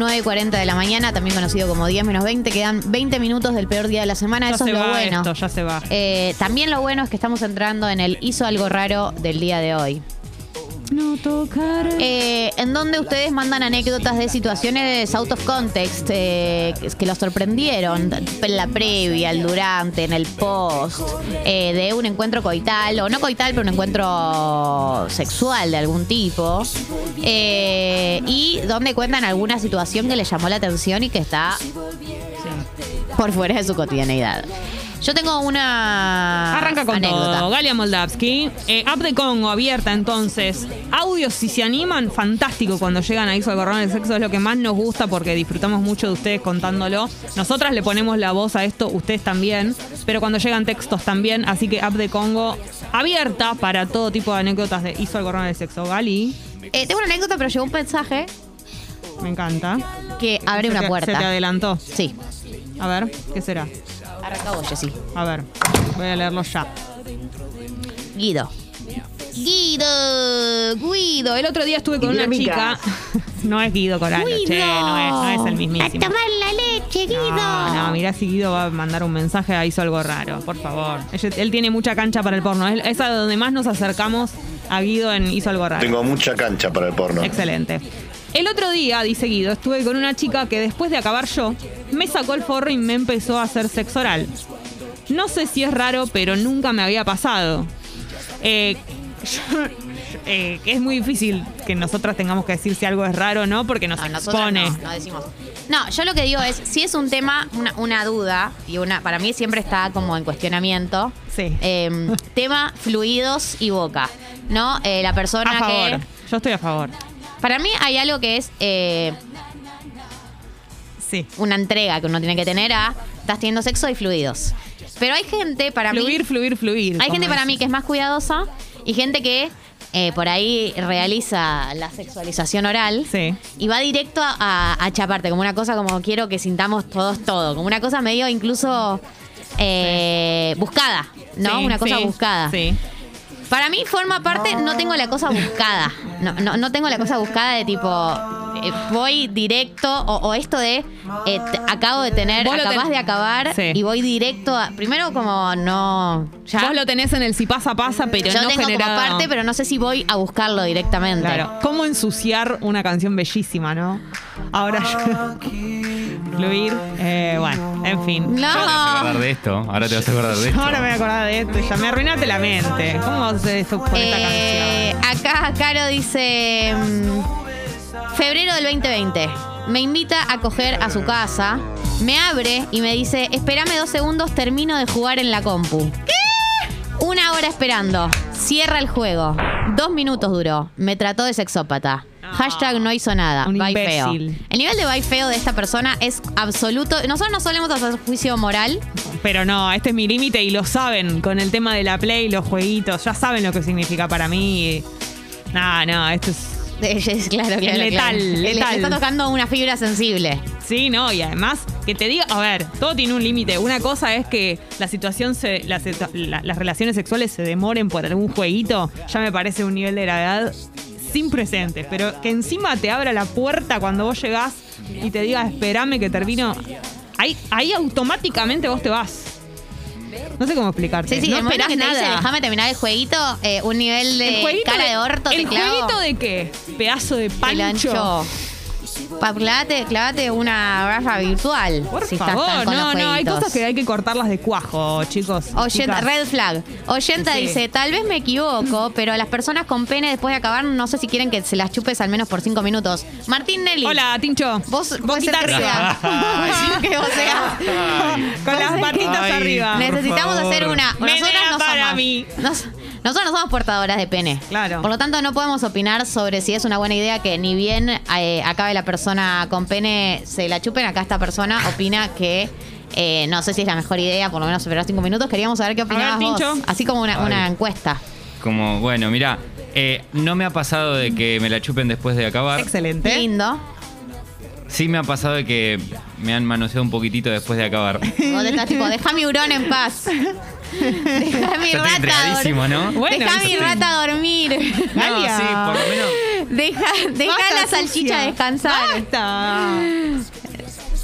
9.40 de la mañana, también conocido como 10 menos 20. Quedan 20 minutos del peor día de la semana. Ya Eso se es lo va bueno. esto, ya se va. Eh, también lo bueno es que estamos entrando en el hizo algo raro del día de hoy. No tocar. Eh, en donde ustedes mandan anécdotas de situaciones out of context eh, que- que los sorprendieron en la previa, el durante, en el post, eh, de un encuentro coital, o no coital, pero un encuentro sexual de algún tipo, eh, y donde cuentan alguna situación que les llamó la atención y que está por fuera de su cotidianeidad. Yo tengo una Arranca con anécdota. todo. Galia Moldavsky. Eh, app de Congo abierta entonces. Audios, si se animan, fantástico cuando llegan a Hizo el Gorrón. El sexo es lo que más nos gusta porque disfrutamos mucho de ustedes contándolo. Nosotras le ponemos la voz a esto, ustedes también. Pero cuando llegan textos también. Así que app de Congo abierta para todo tipo de anécdotas de Hizo el Gorrón del Sexo. Gali, Eh, tengo una anécdota, pero llegó un mensaje me encanta. que abre Se una te- puerta. Se te adelantó. Sí. A ver, ¿qué será? Arranca vos, Jessy. A ver, voy a leerlo ya. Guido. Guido, Guido. El otro día estuve con una chica. No es Guido Coralo, Guido. che, no es, no es el mismísimo. A tomar la leche, Guido. No, no, mirá si Guido va a mandar un mensaje, ah, hizo algo raro, por favor. Él, él tiene mucha cancha para el porno. Es, es a donde más nos acercamos a Guido en hizo algo raro. Tengo mucha cancha para el porno. Excelente. El otro día, dice Guido, estuve con una chica que después de acabar yo, me sacó el forro y me empezó a hacer sexo oral. No sé si es raro, pero nunca me había pasado. Eh, yo- eh, es muy difícil que nosotras tengamos que decir si algo es raro o no, porque nos No, nosotras expone. no, no decimos. No, yo lo que digo es, si es un tema, una, una duda, y una, para mí siempre está como en cuestionamiento. Sí. eh, tema fluidos y boca. ¿No? Eh, la persona a favor. que. Yo estoy a favor. Para mí hay algo que es eh, Sí. una entrega que uno tiene que tener a estás teniendo sexo y fluidos. Pero hay gente para mí. Fluir, fluir, fluir. Hay como gente para es. mí que es más cuidadosa y gente que eh, por ahí realiza la sexualización oral Sí. y va directo a, a- a chaparte, como una cosa como quiero que sintamos todos todo, como una cosa medio incluso eh, buscada, ¿no? Sí, una cosa sí, buscada. Sí. Para mí forma parte, no tengo la cosa buscada, no, no, no tengo la cosa buscada de tipo... eh, voy directo o, o esto de eh, te- acabo de tener Vos lo acabas ten- de acabar Sí. y voy directo a, primero como no ya Vos lo tenés en el si pasa, pasa, pero yo no tengo generado. como parte, pero no sé si voy a buscarlo directamente. Claro. ¿Cómo ensuciar una canción bellísima, no? Ahora yo. Fluir. eh, bueno, en fin. No. acordar de esto. Ahora te vas a acordar de Yo esto. ahora me voy a acordar de esto. Ya me arruinaste la mente. ¿Cómo vas a hacer esto con Eh, esta acá Caro dice mm, febrero del 2020. Me invita a coger a su casa, me abre y me dice, espérame dos segundos, termino de jugar en la compu. Una hora esperando. Cierra el juego. Dos minutos duró. Me trató de sexópata. Hashtag no hizo nada. Ah. Un Bye feo. imbécil. El nivel de bye feo de esta persona es absoluto. Nosotros no solemos hacer juicio moral. canción? Pero no, este es mi límite y lo saben con el tema de la play, los jueguitos. Ya saben lo que significa para mí. No, no, esto es. Eh, yes, claro, claro, Letal, claro. Le- letal. Le está tocando una fibra sensible. Sí, no, y además que te diga, a ver, todo tiene un límite. Una cosa es que la situación, se, la situa- la- las relaciones sexuales se demoren por algún jueguito, ya me parece un nivel de gravedad sin presente, pero que encima te abra la puerta cuando vos llegás y te diga, esperame que termino, ahí, ahí automáticamente vos te vas. No sé cómo explicarte. Sí, sí, no el momento esperás que te dice, nada. déjame terminar el jueguito, eh, un nivel de cara de, orto, ¿El te clavo. jueguito de qué? Pedazo de Te pancho. lancho. Pa- clavate, clavate una rafa virtual. Por si estás tan favor, con no, los no, hay jueguitos. cosas que hay que cortarlas de cuajo, chicos. y Oyen- chicas. red flag. Oyenta Sí. dice, tal vez me equivoco, pero las personas con pene después de acabar, no sé si quieren que se las chupes al menos por cinco minutos. Martín Nelly. Hola, Tincho. Vos, vos boquita arriba. que vos seas. Con las patitas Ay. arriba. Ne- Necesitamos favor. hacer una. Me Nosotras da no para somos. mí. nos- nosotras no somos portadoras de pene. Claro. Por lo tanto, no podemos opinar sobre si es una buena idea que ni bien eh, acabe la persona con pene, se la chupen. Acá esta persona opina que. eh, no sé si es la mejor idea, por lo menos esperar cinco minutos. Queríamos saber qué opinabas ver, vos. Tincho. Así como una, una Ay. encuesta. Como, bueno, mira, no me ha pasado de que me la chupen después de acabar. Excelente. Lindo. Sí me ha pasado de que me han manoseado un poquitito después de acabar. Vos estás tipo, deja mi hurón en paz. Deja mi Ya estoy rata entregadísimo, dormir. ¿no? Bueno, deja eso mi sí. rata dormir. No, sí, por lo menos. Deja, deja Basta, la salchicha sucia. descansar. Basta.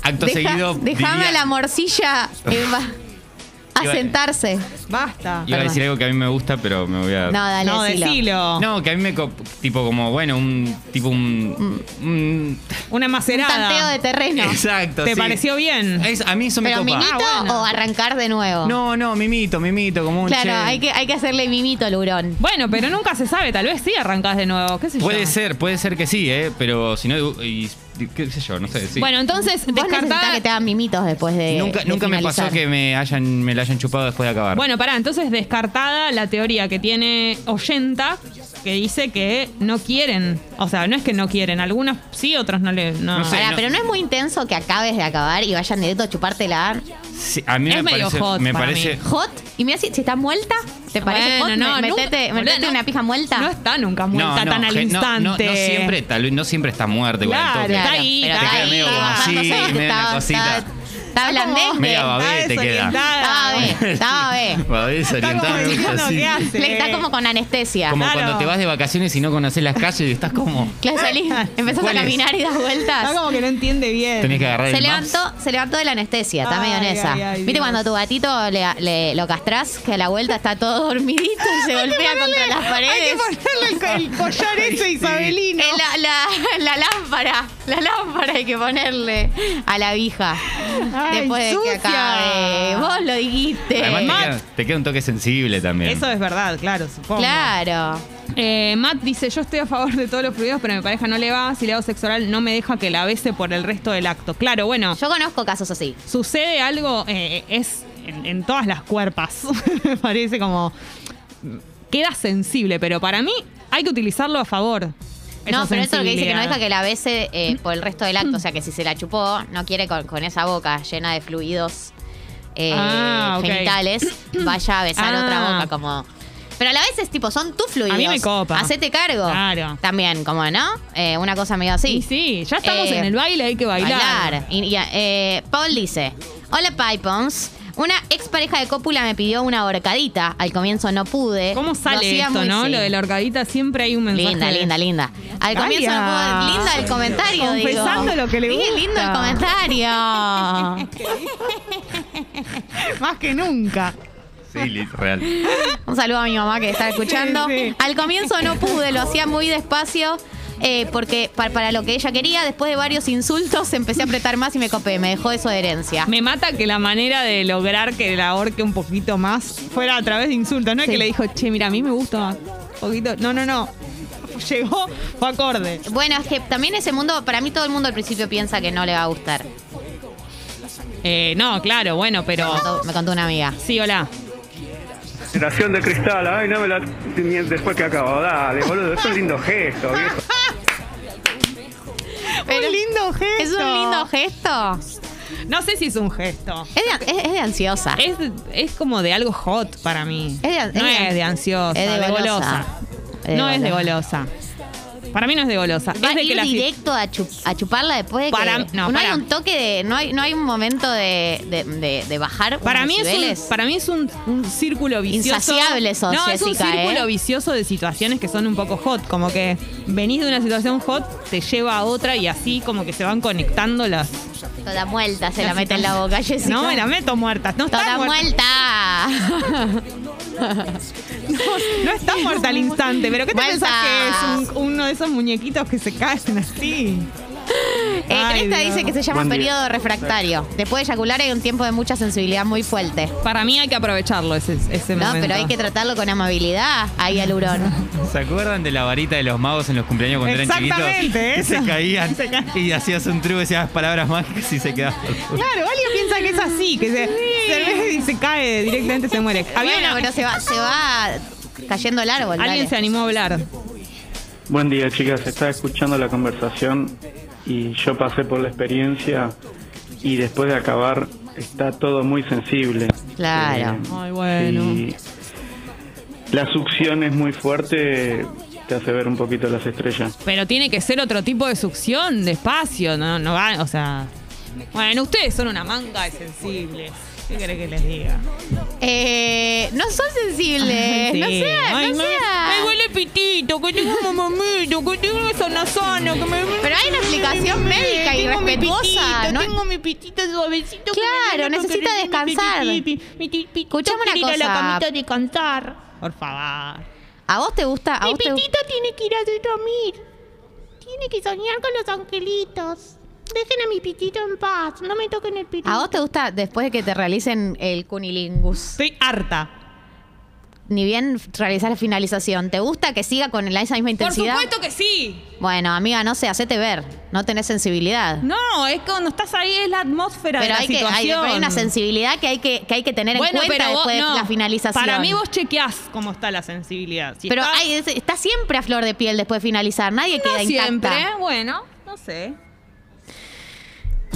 acto Deja- seguido. Dejame diría- a la morcilla en va- a Iba- sentarse. Basta. Iba a decir algo que a mí me gusta, pero me voy a. No, dale, no, decilo. decilo. No, que a mí me. co- Tipo, como, bueno, un. Tipo, un. Mm. un- Una Un macerada. tanteo de terreno. Exacto. ¿Te sí. pareció bien? Es- a mí eso me ¿Pero copa. mimito Ah, bueno. o arrancar de nuevo? No, no, mimito, mimito, como un che. Claro, hay que, hay que hacerle mimito al hurón. Bueno, pero nunca se sabe. Tal vez sí arrancás de nuevo. ¿Qué sé yo? Puede ser, puede ser que sí, ¿eh? Pero si no, y- y- qué sé yo, no sé. Sí. Bueno, eh, entonces Vos necesitas descartada. que te hagan mimitos después de. nunca de nunca me pasó finalizar. que me, hayan, me la hayan chupado después de acabar. Bueno, pará, entonces descartada la teoría que tiene Oyenta, que dice que no quieren. O sea, no es que no quieren. Algunos sí, otros no le. No. No sé. Pará, pero no es muy intenso que acabes de acabar y vayan directo a chuparte la Sí, a mí es me medio parece. hot me para parece hot. Y mira si, si está muelta, ¿te parece Bueno, hot? no, Me- nunca- metete boluda, metete no- una pija muelta. No está nunca muerta tan al gen- instante. No, no siempre, tal vez no siempre está muerta igual. Claro, al toque. está ahí, pero está Te queda ahí, medio como está así, bajando, medio una estaba- cosita. estaba- Estaba blandengue. Media babé te queda. Estaba desorientada. bien, estaba bien. Babé desorientado, como me gusta diciendo, así. ¿qué hace? Le está como con anestesia. Como Claro. cuando te vas de vacaciones y no conoces las calles y estás como. Claro, salís, empezás a ¿Cuál es? caminar y das Está vueltas. como que no entiende bien. Tenés que agarrar Se el maps. levantó, se levantó de la anestesia, está medio en Ay, esa. ay, ay, Viste Dios. cuando tu gatito le, le- lo castrás, que a la vuelta está todo dormidito y se golpea contra las paredes. Hay que ponerle el, el collar ese isabelino. Eh, la, la- la lámpara, la lámpara hay que ponerle a la vija. Ay, Después de sucia. que acabe. Vos lo dijiste. Además, te eh, Matt. queda, te queda un toque sensible también. Eso es verdad, claro, supongo. Claro. Eh, Matt dice, yo estoy a favor de todos los prohibidos, pero a mi pareja no le va. Si le hago sexo oral, no me deja que la bese por el resto del acto. Claro, bueno, Yo conozco casos así. sucede algo, eh, es en, en todas las cuerpas. Me parece como... Queda sensible, pero para mí hay que utilizarlo a favor. no, Esa pero eso es lo que dice que no sensibilidad. deja que la bese eh, por el resto del acto. O sea, que si se la chupó, no quiere con, con esa boca llena de fluidos eh, Ah, ok. genitales, vaya a besar Ah. otra boca como... Pero a la vez es tipo, son tus fluidos. A mí me copa. Hacete cargo. Claro. También, como, ¿no? Eh, una cosa medio Sí, así. sí, ya estamos Eh, en el baile, hay que bailar. Y- y, eh, Paul dice, hola Pipons. Una expareja de cópula me pidió una horcadita. Al comienzo no pude. ¿Cómo Lo sale hacía esto, muy- no? sí. Lo de la horcadita siempre hay un mensaje. Linda, de- linda, linda. Al comienzo no Galia. pude- linda el comentario, Confesando digo. lo que le Dije, gusta. lindo el comentario. Más que nunca. Sí, li- real. Un saludo a mi mamá que está escuchando. Sí, sí. Al comienzo no pude, lo hacía muy despacio. eh, porque pa- para, lo que ella quería, después de varios insultos, empecé a apretar más y me copé. Me dejó eso de herencia. Me mata que la manera de lograr que la ahorque un poquito más fuera a través de insultos. No es Sí. que le dijo, che, mira, a mí me gusta un poquito. No, no, no. Llegó, fue acorde. Bueno, es que también ese mundo, para mí todo el mundo al principio piensa que no le va a gustar. Eh, no, claro, bueno, pero. Me contó- Me contó una amiga. Sí, hola. Generación de cristal, ay, no me la. Después que acabo, dale, boludo, es un lindo gesto, viejo. Pero- un lindo gesto. ¿Es un lindo gesto? No sé si es un gesto. Es de, es- es de ansiosa. Es, es como de algo hot para mí. Es de- no es de- es de ansiosa, es de de, golosa. golosa. Es de no es de golosa. golosa. Para mí no es de golosa. Va es de a ir que la si- directo a, chup- a chuparla después de que- Para- no, no, hay para. un toque de no hay no hay un momento de, de- de- de bajar Para unos mí, es niveles. un, para mí es un, un círculo vicioso. Insaciable sos, No, es un Jessica, círculo ¿eh? vicioso de situaciones que son un poco hot. Como que venís de una situación hot, te lleva a otra y así como que se van conectando las. toda muerta se la mete en la boca Jessica No, me la meto muerta. No está toda muerta. muerta No está muerta al instante. Pero ¿qué te Muerta. pensás que es un- uno de esos muñequitos que se caen así? Eh, Ay, Cresta Dios. dice que se llama Buen día. periodo refractario después de eyacular hay un tiempo de mucha sensibilidad muy fuerte Para mí hay que aprovecharlo ese, ese no momento. pero hay que tratarlo con amabilidad ahí al hurón ¿Se acuerdan de la varita de los magos en los cumpleaños cuando eran chiquitos? Exactamente, Que se eso. caían y hacías un truco, decías palabras mágicas y se quedaban. Claro, alguien piensa que es así, que se, se ve y se cae, directamente se muere. Había bueno una- pero se va se va cayendo el árbol alguien dale. se animó a hablar. Buen día, chicas, estaba escuchando la conversación y yo pasé por la experiencia y después de acabar está todo muy sensible. Eh, Claro. Ay, bueno. y la succión es muy fuerte, te hace ver un poquito las estrellas. Pero tiene que ser otro tipo de succión, de espacio, no, no va, o sea. Bueno, ustedes son una manga de sensibles. ¿Qué querés que les diga? Eh, no son sensibles. Sí. Eh, No sea, Ay, no me- sea. Me huele pitito, que tengo un mamamito, que tengo zona sana, que me Pero hay una explicación médica y tengo mi respetuosa, pitito, ¿no? Tengo mi pitito suavecito. que Claro, me duele, necesita pero mi descansar. piti, pi, mi ti, pi, Escuchame yo una quiero ir a la cosa. camita de cantar. Por favor. ¿A vos te gusta? ¿A Mi vos te gusta? pitito tiene que ir a dormir. Tiene que soñar con los angelitos. Dejen a mi pitito en paz. No me toquen el pitito. ¿A vos te gusta después de que te realicen el cunilingus? Estoy harta. Ni bien realizar la finalización. ¿Te gusta que siga con la- esa misma intensidad? que sí. Bueno, amiga, no sé, hacete ver. No tenés sensibilidad. No, es que cuando estás ahí es la atmósfera pero hay, que, hay, pero hay una sensibilidad que hay que, que hay que tener en cuenta vos- después no. de la finalización. Para mí vos chequeás cómo está la sensibilidad. Si pero está- hay- es- está siempre a flor de piel después de finalizar. Nadie no queda siempre, ¿eh? intacta. bueno, no sé.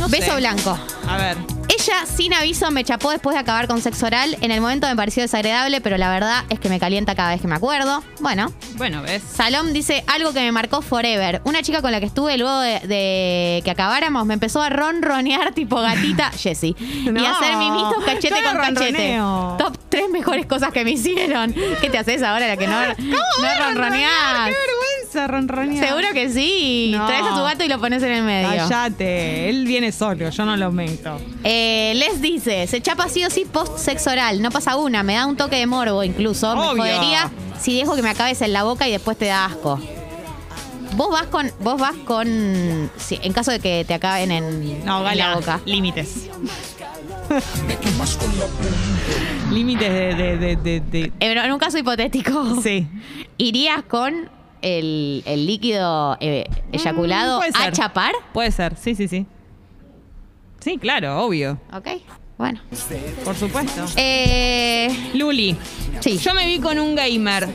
Beso sé. blanco. A ver. Ella, sin aviso, me chapó después de acabar con sexo oral. En el momento me pareció desagradable, pero la verdad es que me calienta cada vez que me acuerdo. Bueno. Bueno, ves. Salom dice algo que me marcó forever. Una chica con la que estuve luego de, de que acabáramos me empezó a ronronear tipo gatita Jessie. y No, hacer mimitos cachete yo no con cachete. ronroneo. Top tres mejores cosas que me hicieron. ¿Qué te haces ahora la que Ah, no, no ronroneás? vergüenza ronronear. Seguro que sí. No. Traes a tu gato y lo pones en el medio. Cállate, él viene solo, yo no lo aumento. Eh, Les dice, se chapa sí o sí post sexo oral, no pasa una, me da un toque de morbo incluso, Obvio. me jodería si dejo que me acabes en la boca y después te da asco. Vos vas con, vos vas con, sí, en caso de que te acaben en, No, en Gala, la boca. Eh, límites. límites de, de, de, de, de- En, en un caso hipotético, Sí. ¿irías con el, el líquido eh, eyaculado Mm, puede a ser. chapar? Puede ser, sí, sí, sí. Sí, claro, obvio. Ok, bueno. Por supuesto. Eh, Luli. Sí. Yo me vi con un gamer.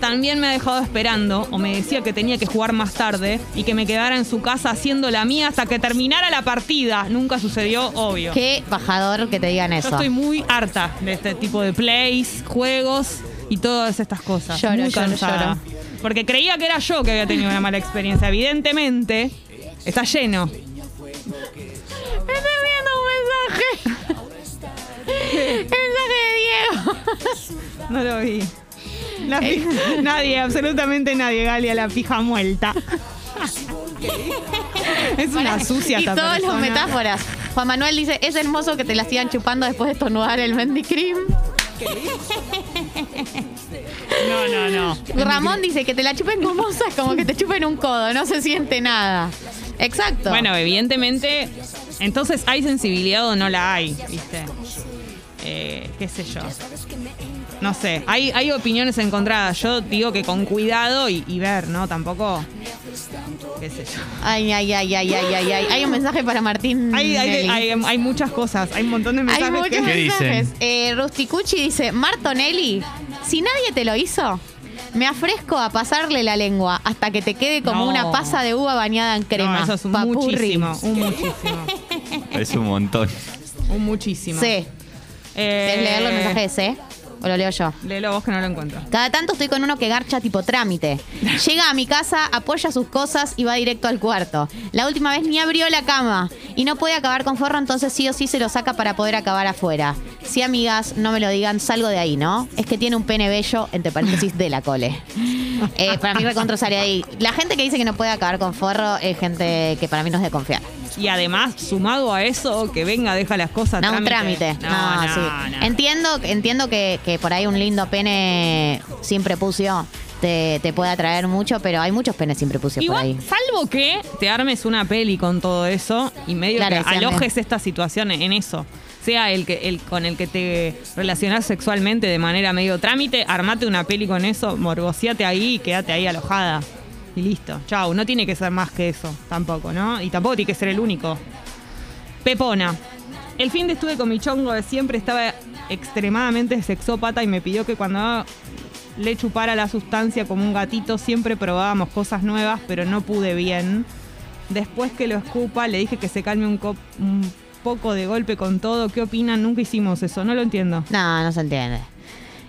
También me ha dejado esperando o me decía que tenía que jugar más tarde y que me quedara en su casa haciendo la mía hasta que terminara la partida. Nunca sucedió, obvio. qué bajador que te digan Yo eso. estoy muy harta de este tipo de plays, juegos y todas estas cosas. Lloro, Muy lloro, cansada. Porque creía que era yo que había tenido una mala experiencia. Evidentemente, está lleno. Estoy viendo un mensaje. mensaje de Diego. No lo vi. La pi- Eh. nadie, absolutamente nadie, Galia, la pija muerta. es una sucia y esta todas las persona. metáforas. Juan Manuel dice, es hermoso que te la sigan chupando después de estornudar el Mendy Cream. No, no, no. Ramón dice que te la chupen gomosa como que te chupen un codo, no se siente nada. Exacto. Bueno, evidentemente, entonces hay sensibilidad o no la hay, ¿viste? Eh, qué sé yo. No sé, hay, hay opiniones encontradas. Yo digo que con cuidado y, y ver, ¿no? Tampoco. ¿Qué sé yo? Ay, ay, ay, ay, ay, ay, ay. Hay un mensaje para Martín. Hay, hay, Nelly. hay- hay muchas cosas, hay un montón de Mm, Hay mensajes. muchos ¿Qué mensajes. dicen? Eh, Rusticucci dice, Martonelli, si nadie te lo hizo, me ofrezco a pasarle la lengua hasta que te quede como No. una pasa de uva bañada en que... No, crema. eso es un Papurri. muchísimo, un muchísimo. Es un montón. Un muchísimo. Sí. Eh, ¿Querés leer los mensajes, eh? ¿O lo leo yo? Léelo vos que no lo encuentro. Cada tanto estoy con uno que garcha tipo trámite. Llega a mi casa, apoya sus cosas y va directo al cuarto. La última vez ni abrió la cama y no puede acabar con forro, entonces sí o sí se lo saca para poder acabar afuera. Si amigas, no me lo digan, salgo de ahí, ¿no? Es que tiene un pene bello, entre paréntesis, de la cole. Eh, para mí recontra sale de ahí. La gente que dice que no puede acabar con forro es gente que para mí no es de confiar. Y además, sumado a eso, que venga, deja las cosas No, un Ah, trámite. trámite. No, sí. no. Entiendo, entiendo que, que por ahí un lindo pene sin prepucio te, te puede atraer mucho, pero hay muchos penes sin prepucio por Igual, ahí. salvo que te armes una peli con todo eso y medio Claro, que sí, alojes amén. esta situación en eso. Sea el que el con el que te relacionás sexualmente de manera medio trámite, armate una peli con eso, morbosiate ahí y quédate ahí alojada. Y listo. Chau, no tiene que ser más que eso, tampoco, ¿no? Y tampoco tiene que ser el único. Pepona. El fin de estuve con mi chongo de siempre, estaba extremadamente sexópata y me pidió que cuando le chupara la sustancia como un gatito, siempre probábamos cosas nuevas, pero no pude bien. Después que lo escupa, le dije que se calme un, co- un poco de golpe con todo. ¿Qué opinan? Nunca hicimos eso, no lo entiendo. No, no se entiende.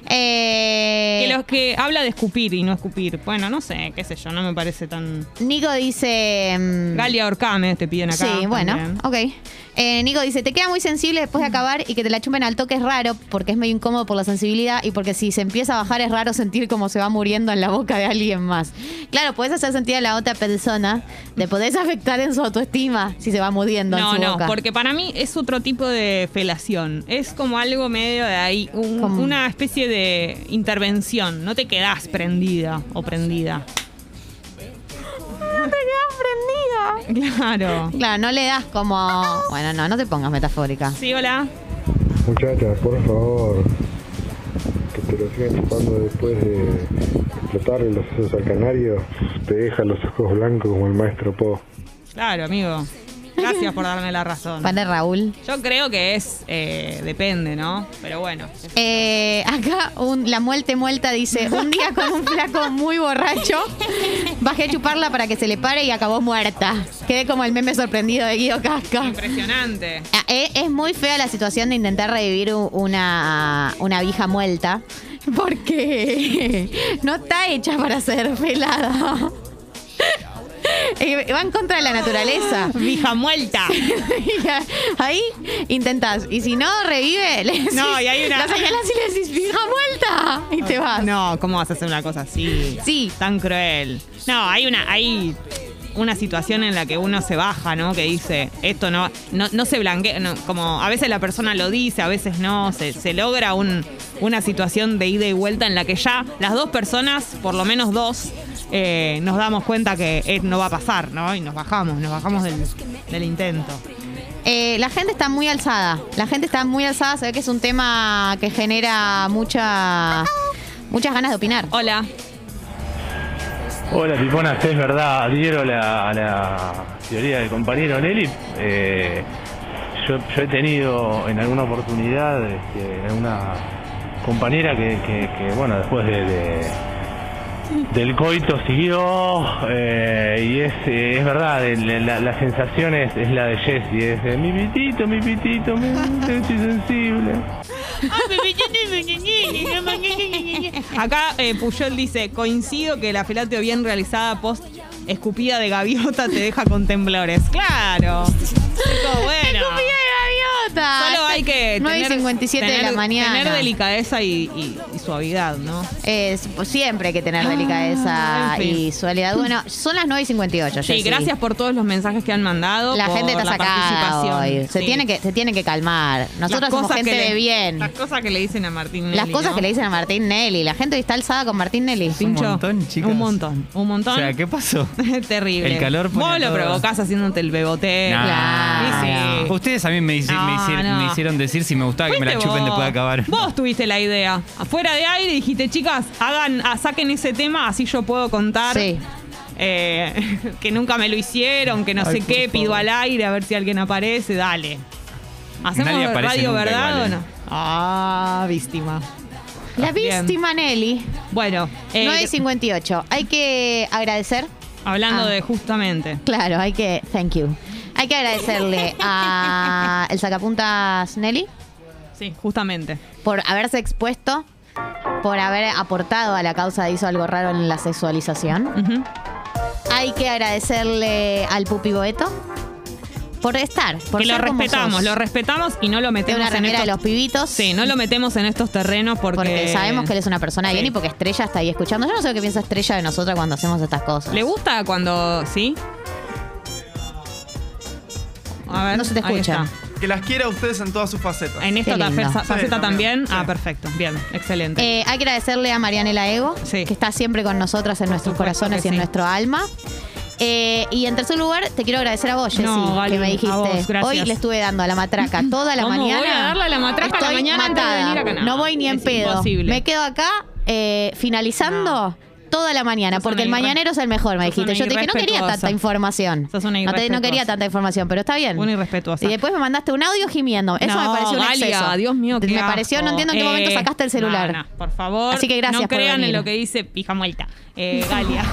Eh, Que los que habla de escupir y no escupir. Bueno, no sé, qué sé yo, no me parece tan. Nico dice. mm, Galia Orcame te piden acá. Sí, bueno, también. ok. Eh, Nico dice, te queda muy sensible después de acabar y que te la chupen al toque es raro porque es medio incómodo por la sensibilidad y porque si se empieza a bajar es raro sentir como se va muriendo en la boca de alguien más. Claro, podés hacer sentir a la otra persona, te podés afectar en su autoestima si se va muriendo en No, su no, boca. porque para mí es otro tipo de felación. Es como algo medio de ahí, un- ¿Cómo? una especie de intervención. No te quedás prendida o prendida. No te quedás prendida. Claro. Claro, no le das como... Bueno, no, no te pongas metafórica. Sí, hola. Muchachas, por favor, que te lo sigan chupando después de explotar los sesos al canario, te deja los ojos blancos como el maestro Po. Claro, amigo. Gracias por darme la razón. Para Raúl. Yo creo que es, eh, depende, ¿no? Pero bueno. Eh, acá un- la muerte muerta dice, un día con un flaco muy borracho, bajé a chuparla para que se le pare y acabó muerta. Quedé como el meme sorprendido de Guido Casca. Impresionante. Ah, eh, Es muy fea la situación de intentar revivir u- una, una vieja muerta, porque no está hecha para ser pelada. Eh, Va en contra de la naturaleza. Vija muerta. Ahí intentas. Y si no, revive. le decís- No, y hay una- La señalas y le decís, fija vuelta. Y te vas. No, ¿cómo vas a hacer una cosa así? Sí. Tan cruel. No, hay una, hay una situación en la que uno se baja, ¿no? Que dice, esto no, no, no se blanquea, no, como a veces la persona lo dice, a veces no, se, se logra un- una situación de ida y vuelta en la que ya las dos personas, por lo menos dos, eh, nos damos cuenta que eh, no va a pasar, ¿no? Y nos bajamos, nos bajamos del, del intento. Eh, la gente está muy alzada. La gente está muy alzada. Se ve que es un tema que genera mucha, muchas ganas de opinar. Hola. Hola Piponas, es verdad, adhiero a la, a la teoría del compañero Nelly. Eh, yo, yo he tenido en alguna oportunidad, este, en alguna compañera que, que- que, bueno, después de, de- del coito siguió eh, y es, eh, es verdad, el- la, la sensación es, es la de Jessie, es de mi pitito, mi pitito, mi pitito sensible. Acá eh, Puyol dice, coincido que la filateo bien realizada post escupida de gaviota te deja con temblores. Claro. Esto, bueno. Solo hay que 9 Ah, Este, y tener- 57 de la tener- mañana. Tener delicadeza y, y- y suavidad, ¿no? Es- pues, siempre hay que tener delicadeza Ah, en fin. y suavidad. Bueno, son las 9 y 58. Sí, Jessy. gracias por todos los mensajes que han mandado. La por gente está la sacada participación. hoy. Se, Sí. tiene que, se tiene que calmar. Las Nosotros somos cosas gente que le- de bien. Las cosas que le dicen a Martín. Las Nelly, cosas ¿no? que le dicen a Martín Nelly. La gente hoy está alzada con Martín Nelly. Un Pincho, montón, chicas. Un montón, un montón. O sea, ¿qué pasó? Terrible. El calor pone Vos lo todo. provocás haciéndote el bebote. Nah. Claro. Sí, sí. Ustedes a mí me, hici- Eh, No, me hicieron, no. me hicieron decir si me gustaba que me la Fuiste chupen vos. después de acabar. Vos tuviste la idea. Afuera de aire dijiste, chicas, hagan, ah, saquen ese tema, así yo puedo contar. Sí. eh, que nunca me lo hicieron, que no sé qué, pido al aire a ver si alguien aparece, dale. ¿Hacemos Nadie aparece radio nunca verdad igual, o no? eh. Ah, víctima. La Bien. víctima Nelly. Bueno, eh, 9 y 58. Hay que agradecer. hablando Ah. de justamente. Claro, hay que. Thank you. Hay que agradecerle a el sacapuntas Nelly Sí, justamente. por haberse expuesto, por haber aportado a la causa de hizo algo raro en la sexualización. Ujú. Hay que agradecerle al Pupi Boeto por estar, por que lo ser como respetamos, sos. lo respetamos y no lo de metemos una en remera estos de los pibitos. Sí, no lo metemos en estos terrenos porque, porque sabemos que él es una persona de bien Sí. y porque Estrella está ahí escuchando. Yo no sé qué piensa Estrella de nosotros cuando hacemos estas cosas. le gusta cuando, ¿sí? A ver, No se te ahí escucha. está. Que las quiera a ustedes en todas sus facetas. En esta Qué ta- lindo. faceta Sí, también. también, Ah, sí. perfecto. Bien, excelente. Eh, hay que agradecerle a Marianela Ego, Sí. que está siempre con nosotras en nuestros Por supuesto corazones que y en sí. nuestro alma. Eh, y en tercer lugar, te quiero agradecer a vos, Jessy, No, Gali, que me dijiste. a vos, gracias. Hoy le estuve dando a la matraca toda la ¿Cómo mañana. voy a darle a la matraca a la Estoy mañana antes de matada. venir acá? No, No voy ni en es pedo. imposible. Me quedo acá eh, finalizando toda la mañana, Sos porque una el irre- mañanero es el mejor, me sos dijiste. una Yo te dije, no quería irrespetuosa. tanta información. Sos una no, te- no quería irrespetuosa. tanta información, pero está bien. Una irrespetuosa. Y después me mandaste un audio gimiendo. Eso No, me pareció un Galia, exceso. Dios mío, qué Me pareció, no asco. entiendo en qué momento Eh, sacaste el celular. no, no, por favor. Así que gracias No por crean venir. en lo que dice pija muerta. Eh, Galia.